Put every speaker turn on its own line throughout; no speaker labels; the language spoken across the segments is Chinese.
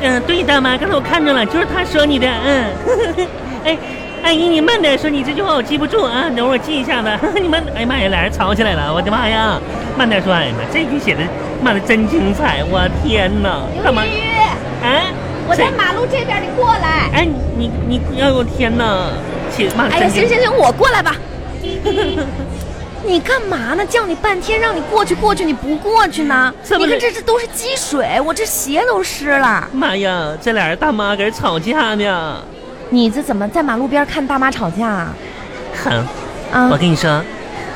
嗯对大妈，刚才我看着了，就是他说你的，嗯。 哎，阿姨你慢点说，你这句话我记不住啊，等会儿我记一下子。 你慢点，哎呀妈呀，俩人吵起来了，我的妈呀，慢点说，哎呀妈，这句写的妈的真精彩，我天哪，干
刘
嘛
玉？玉，
哎，
我
谁
在马路这边，你过来。
哎，你你你，哎呦我天哪，写妈的
哎呀，
真精
行
彩。
行行，我过来吧。 你干嘛呢？叫你半天，让你过去过去，你不过去呢？
这不
你
是
看这这都是积水，我这鞋都湿了。
妈呀，这俩人大妈搁这吵架呢。
你这怎么在马路边看大妈吵架啊？
哼，
啊
我，跟你说，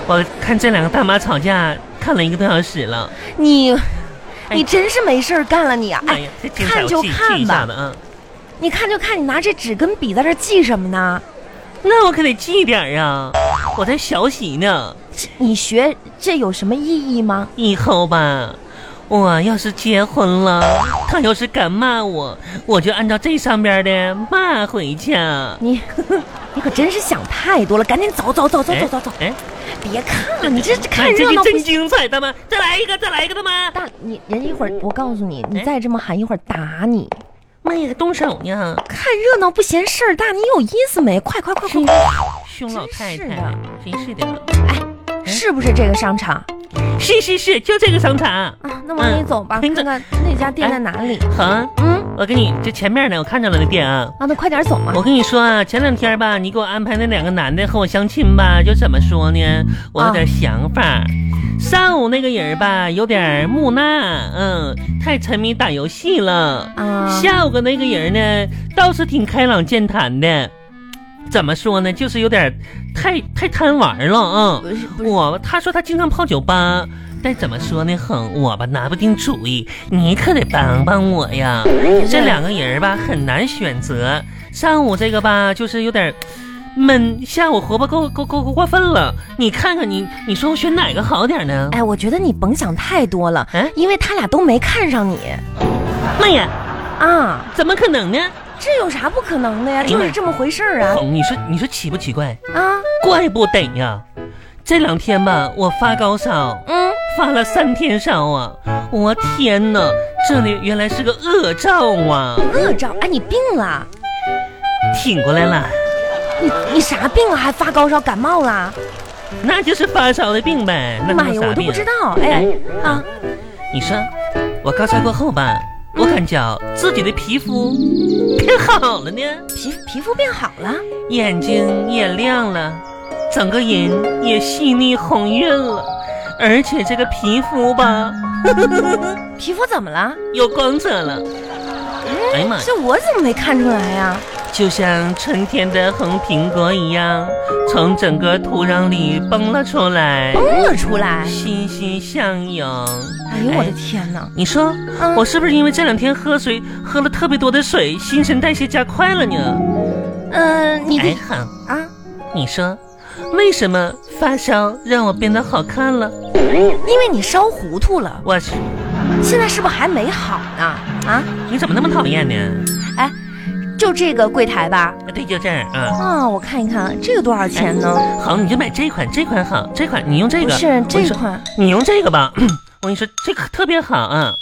我看这两个大妈吵架看了一个多小时了。
你，
哎
你真是没事儿干了你啊！
妈
哎
呀，这，精彩，
看
我
就
记记
看
一下
吧
子，啊。
你看就看，你拿这纸跟笔在这儿记什么呢？
那我可得记点儿啊，我在学习呢。
你学这有什么意义吗？
以后吧，我要是结婚了，他要是敢骂我，我就按照这上边的骂回去。啊
你， 你可真是想太多了，赶紧走走走走走走走，
哎，
别看了，你这这
哎
看
这
热
句
闹不
真
行。
精彩，大妈，再来一个，再来一个，大妈。
大你人一会儿，我告诉你，你
哎
再这么喊，一会儿打你。
妈呀，还动手呢，
看热闹不嫌事儿大，你有意思没？快快快快快！
凶老太
真
太
是的，
真是的。
是不是这个商场
是是是，就这个商场。
啊？那往里走吧，
嗯
看看那家店在哪里。
好啊，
嗯，
我跟你这前面呢，我看着了那店啊。
啊，那快点走嘛
我。跟你说啊，前两天吧，你给我安排那两个男的和我相亲吧，就怎么说呢？我有点想法。上午那个人吧，有点木讷，嗯，太沉迷打游戏了。
啊，
下午的那个人呢，倒是挺开朗健谈的，怎么说呢？就是有点太太贪玩了啊。嗯
不是不是，
我他说他经常泡酒吧，但怎么说呢，哼，我吧拿不定主意，你可得帮帮我呀。这两个人吧很难选择，上午这个吧就是有点闷，下午活泼够够够够过分了。你看看你，你说我选哪个好点呢？
哎，我觉得你甭想太多了
嗯，
因为他俩都没看上你
妈呀，
啊，
怎么可能呢？
这有啥不可能的呀？
哎呀
就是这么回事儿啊
哄，你说你说奇不奇怪？
啊，
怪不得呀。这两天吧，我发高烧，
嗯，
发了三天烧啊！我天哪，这里原来是个恶兆啊！
恶兆，哎，你病了？
挺过来了，
你你啥病啊？还发高烧、感冒啦？
那就是发烧的病呗。那
妈
能
呀，
有
我
啥
都
病
不
啊？
知道，哎啊，
你说，我高烧过后吧，我感觉自己的皮肤变好了呢，
皮皮肤变好了。
眼睛也亮了，整个人也细腻红润了，而且这个皮肤吧
皮肤怎么了？
有光泽了。哎呀妈呀，
这我怎么没看出来呀、
就像春天的红苹果一样，从整个土壤里蹦了出来，
蹦了出来！
欣欣向荣。
哎呦我的天哪！
你说
嗯
我是不是因为这两天喝水喝了特别多的水，新陈代谢加快了呢？
呃，你
哎
的
哈，
啊，
你说为什么发烧让我变得好看了？
因为你烧糊涂了，
我去，
现在是不是还没好呢？啊，
你怎么那么讨厌呢？
就这个柜台吧。
对，就这样啊。
啊，我看一看这个多少钱呢？
好，你就买这款，这款好，这款你用哎这
不
个，
是
我跟你
这
说
款，
你用这个吧。 我跟你说，这个特别好啊！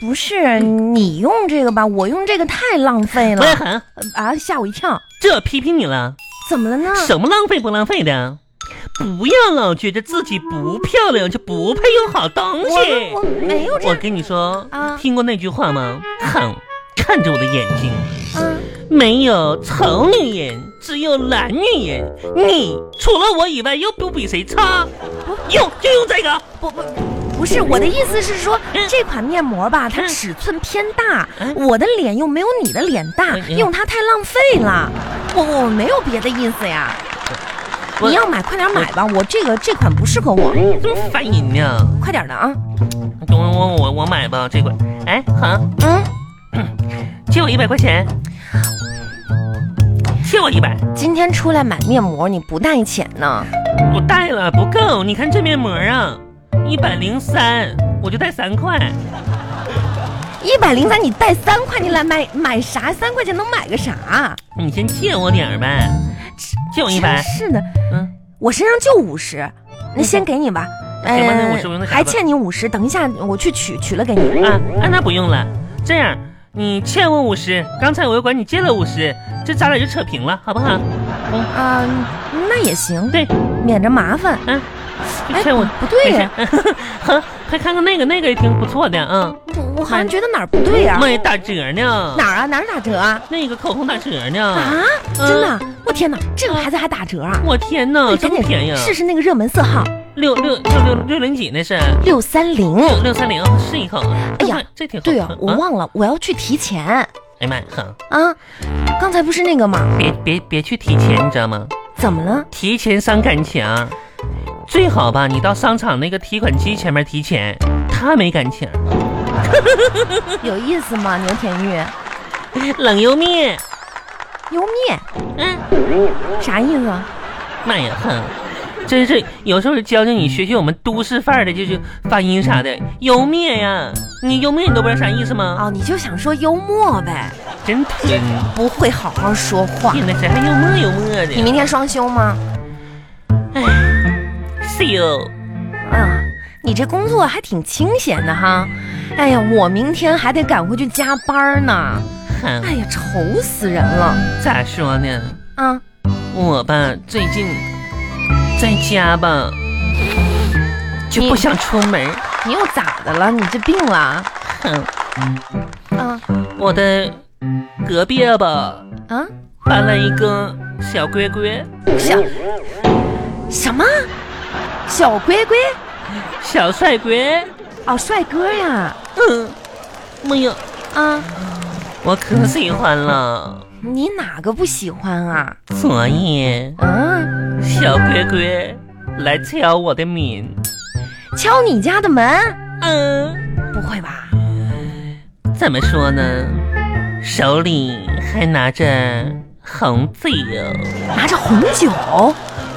不是你用这个吧？我用这个太浪费了
我也很，
啊！吓我一跳，
这我批评你了，
怎么了呢？
什么浪费不浪费的？不要老觉得自己不漂亮就不配用好东西。
我我没有这
我跟你说
啊
听过那句话吗？看，看着我的眼睛，
啊，
没有丑女人，只有懒女人。你除了我以外，又不比谁差。用就用这个，
不不。不是我的意思是说
嗯，
这款面膜吧，它
嗯
尺寸偏大，
嗯
我的脸又没有你的脸大，
嗯嗯
用它太浪费了。我我没有别的意思呀，
我
你要买快点买吧，我这个这款不适合我，
这么烦人呢。
快点的啊。
等我我我我买吧，这款。哎，好，
嗯，
借我一百块钱，借我一百。
今天出来买面膜你不带钱呢？
我带了不够，你看这面膜啊，一百零三，我就带三块。
一百零三你带三块，你来买买啥？三块钱能买个啥？
你先借我点儿呗，借我一百
真。是的，
嗯，
我身上就五十，那先给你吧。呃
行吧那我是不是用那啥吧
还欠你五十，等一下我去取，取了给你。
啊，啊那不用了。这样，你欠我五十，刚才我又管你借了五十，这咱俩就扯平了，好不好？
啊、那也行，
对，
免着麻烦。
嗯，就
哎，
欠我。
不对呀，
没事，好，快看看那个，那个也挺不错的啊。
我我好像觉得哪儿不对呀？
妈呀，打折呢，
哪儿啊？哪儿打折啊？
那个口红打折呢。
啊，
嗯
真的？我天哪，这个牌子还打折啊？
我天呐，这
赶
么
紧
便宜啊！
试试那个热门色号
六六六六六零几那是？
六三零。
六六三零试一口。
哎呀，
这挺好
对
啊
啊，我忘了，我要去提前
哎呀妈呀，好，
啊。刚才不是那个吗？
别别别去提前，你知道吗？
怎么了？
提前伤感情，最好吧，你到商场那个提款机前面提钱，他没感情。嗯
有意思吗？牛田玉，
冷油面，
油面
嗯，
啥意思？啊？
妈呀，哼，真是有时候教教你学学我们都市范儿的，就是发音啥的。油面呀，你油面你都不知道啥意思吗？
哦，你就想说幽默呗，
真疼，
不会好好说话。
那谁还幽默幽默的？
你明天双休吗？
是哟。
啊，你这工作还挺清闲的哈。哎呀，我明天还得赶回去加班呢。
哼
哎呀，愁死人了
咋说呢？
啊！
我吧，最近在家吧，就不想出门儿。
你又咋的了？你这病了？
哼，
啊
我的隔壁吧
啊！
搬了一个小龟龟，
小什么？小龟龟？
小帅龟。
哦，帅哥呀！
嗯，哎呀，
啊，
我可喜欢了。
你哪个不喜欢啊？
所以
嗯，
小龟龟来敲我的门。
敲你家的门？
嗯，
不会吧？
怎么说呢？手里还拿着红酒，
拿着红酒？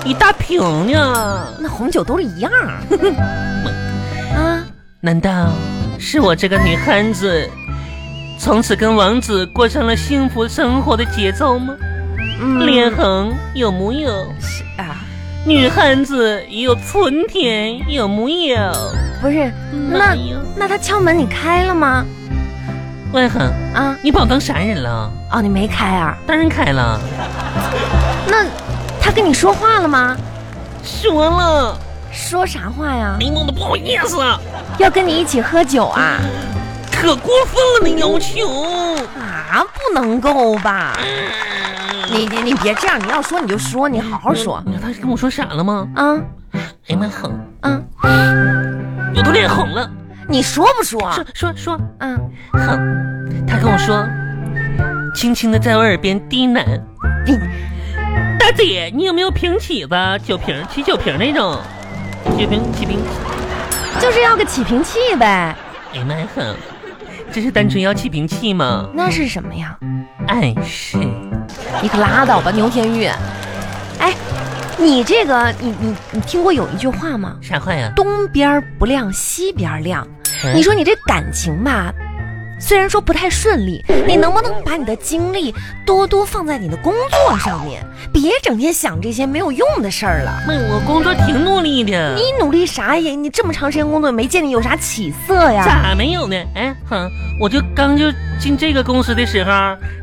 一大瓶啊呢。
那红酒都是一样儿。啊，
难道是我这个女汉子，从此跟王子过上了幸福生活的节奏吗？
嗯
脸红有木有？
是啊，
女汉子也有春天有木有？
不是，那
哎呦
那他敲门你开了吗？
喂哼，
啊，
你把我当啥人了？
哦，你没开啊？
当然开了，
那他跟你说话了吗？
说了，
说啥话呀？
你弄的不好意思，
要跟你一起喝酒啊？
可过分了，你要求。
啊，不能够吧？你你你别这样，你要说你就说，你好好说
你知道他跟我说啥了吗？
啊
哎呀妈，好，
啊！
我都脸红了。
你说不说？
说说说，
啊，
哼，他跟我说，轻轻的在我耳边低喃
你：“
大姐，你有没有瓶起子？酒瓶，起酒瓶那种？起瓶，起瓶。
就是要个起瓶器呗。”
哎呀妈呀，哼，这是单纯要起瓶器吗？哎
那是什么呀？
暗示。
你可拉倒吧，牛天玉。哎，你这个，你你你听过有一句话吗？
啥话呀？
东边儿不亮西边儿亮。
嗯
你说你这感情吧，虽然说不太顺利，你能不能把你的精力多多放在你的工作上面，别整天想这些没有用的事儿了。
哎妈，我工作挺努力的，
你努力啥呀？你这么长时间工作，没见你有啥起色呀？
咋没有呢？哎，哼，我就刚就进这个公司的时候，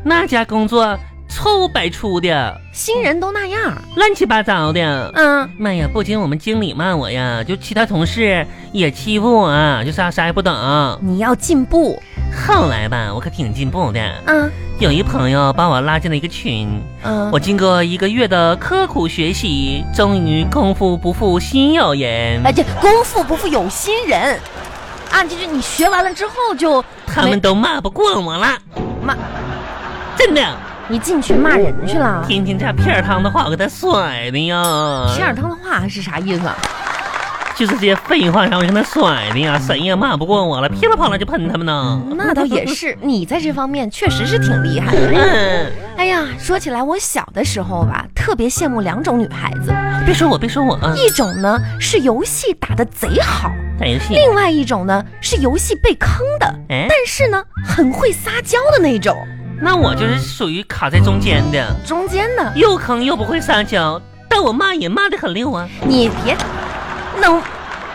那家工作臭百出的，
新人都那样儿。
乱七八糟的。
嗯，
妈呀！不仅我们经理骂我呀，就其他同事也欺负我啊，就啥啥也不懂。
你要进步。
后来吧，我可挺进步的，
嗯
有一朋友把我拉进了一个群，
嗯，
我经过一个月的刻苦学习，终于功夫不负心有人，
哎，这功夫不负有心人。啊，这就你学完了之后就
他们都骂不过我了，
骂
真的，
你进群骂人去了。
天天这片儿汤的话，我给他甩的呀，
片儿汤的话是啥意思？
就是这些废话，让我给他甩的呀，谁也骂不过我了，噼里啪啦就喷他们呢，
嗯那倒也是，你在这方面确实是挺厉害的。
嗯。
哎呀，说起来，我小的时候吧，特别羡慕两种女孩子，
别说我，别说我啊，
一种呢是游戏打得贼好，
打游戏。
另外一种呢是游戏被坑的，
哎，
但是呢很会撒娇的那种，
那我就是属于卡在中间的，
中间呢
又坑又不会撒娇，但我骂也骂得很溜啊。
你别能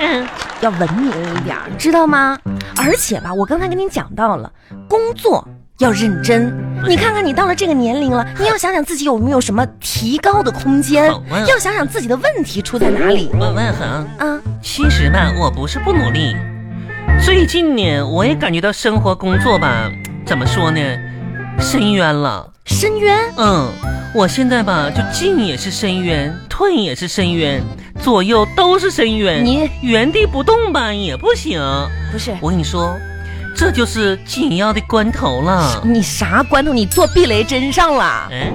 嗯，
要文明一点儿，知道吗？而且吧，我刚才跟你讲到了，工作要认真。
对
你看看，你到了这个年龄了，你要想想自己有没有什么提高的空间
好啊，
要想想自己的问题出在哪里
万万恒，
啊。
其实吧，我不是不努力，最近呢，我也感觉到生活工作吧，怎么说呢，深渊了。
深渊，
嗯，我现在吧，就进也是深渊，退也是深渊，左右都是深渊。
你
原地不动吧也不行。
不是
我跟你说，这就是紧要的关头了。嗯
你啥关头，你坐避雷针上了。
哎，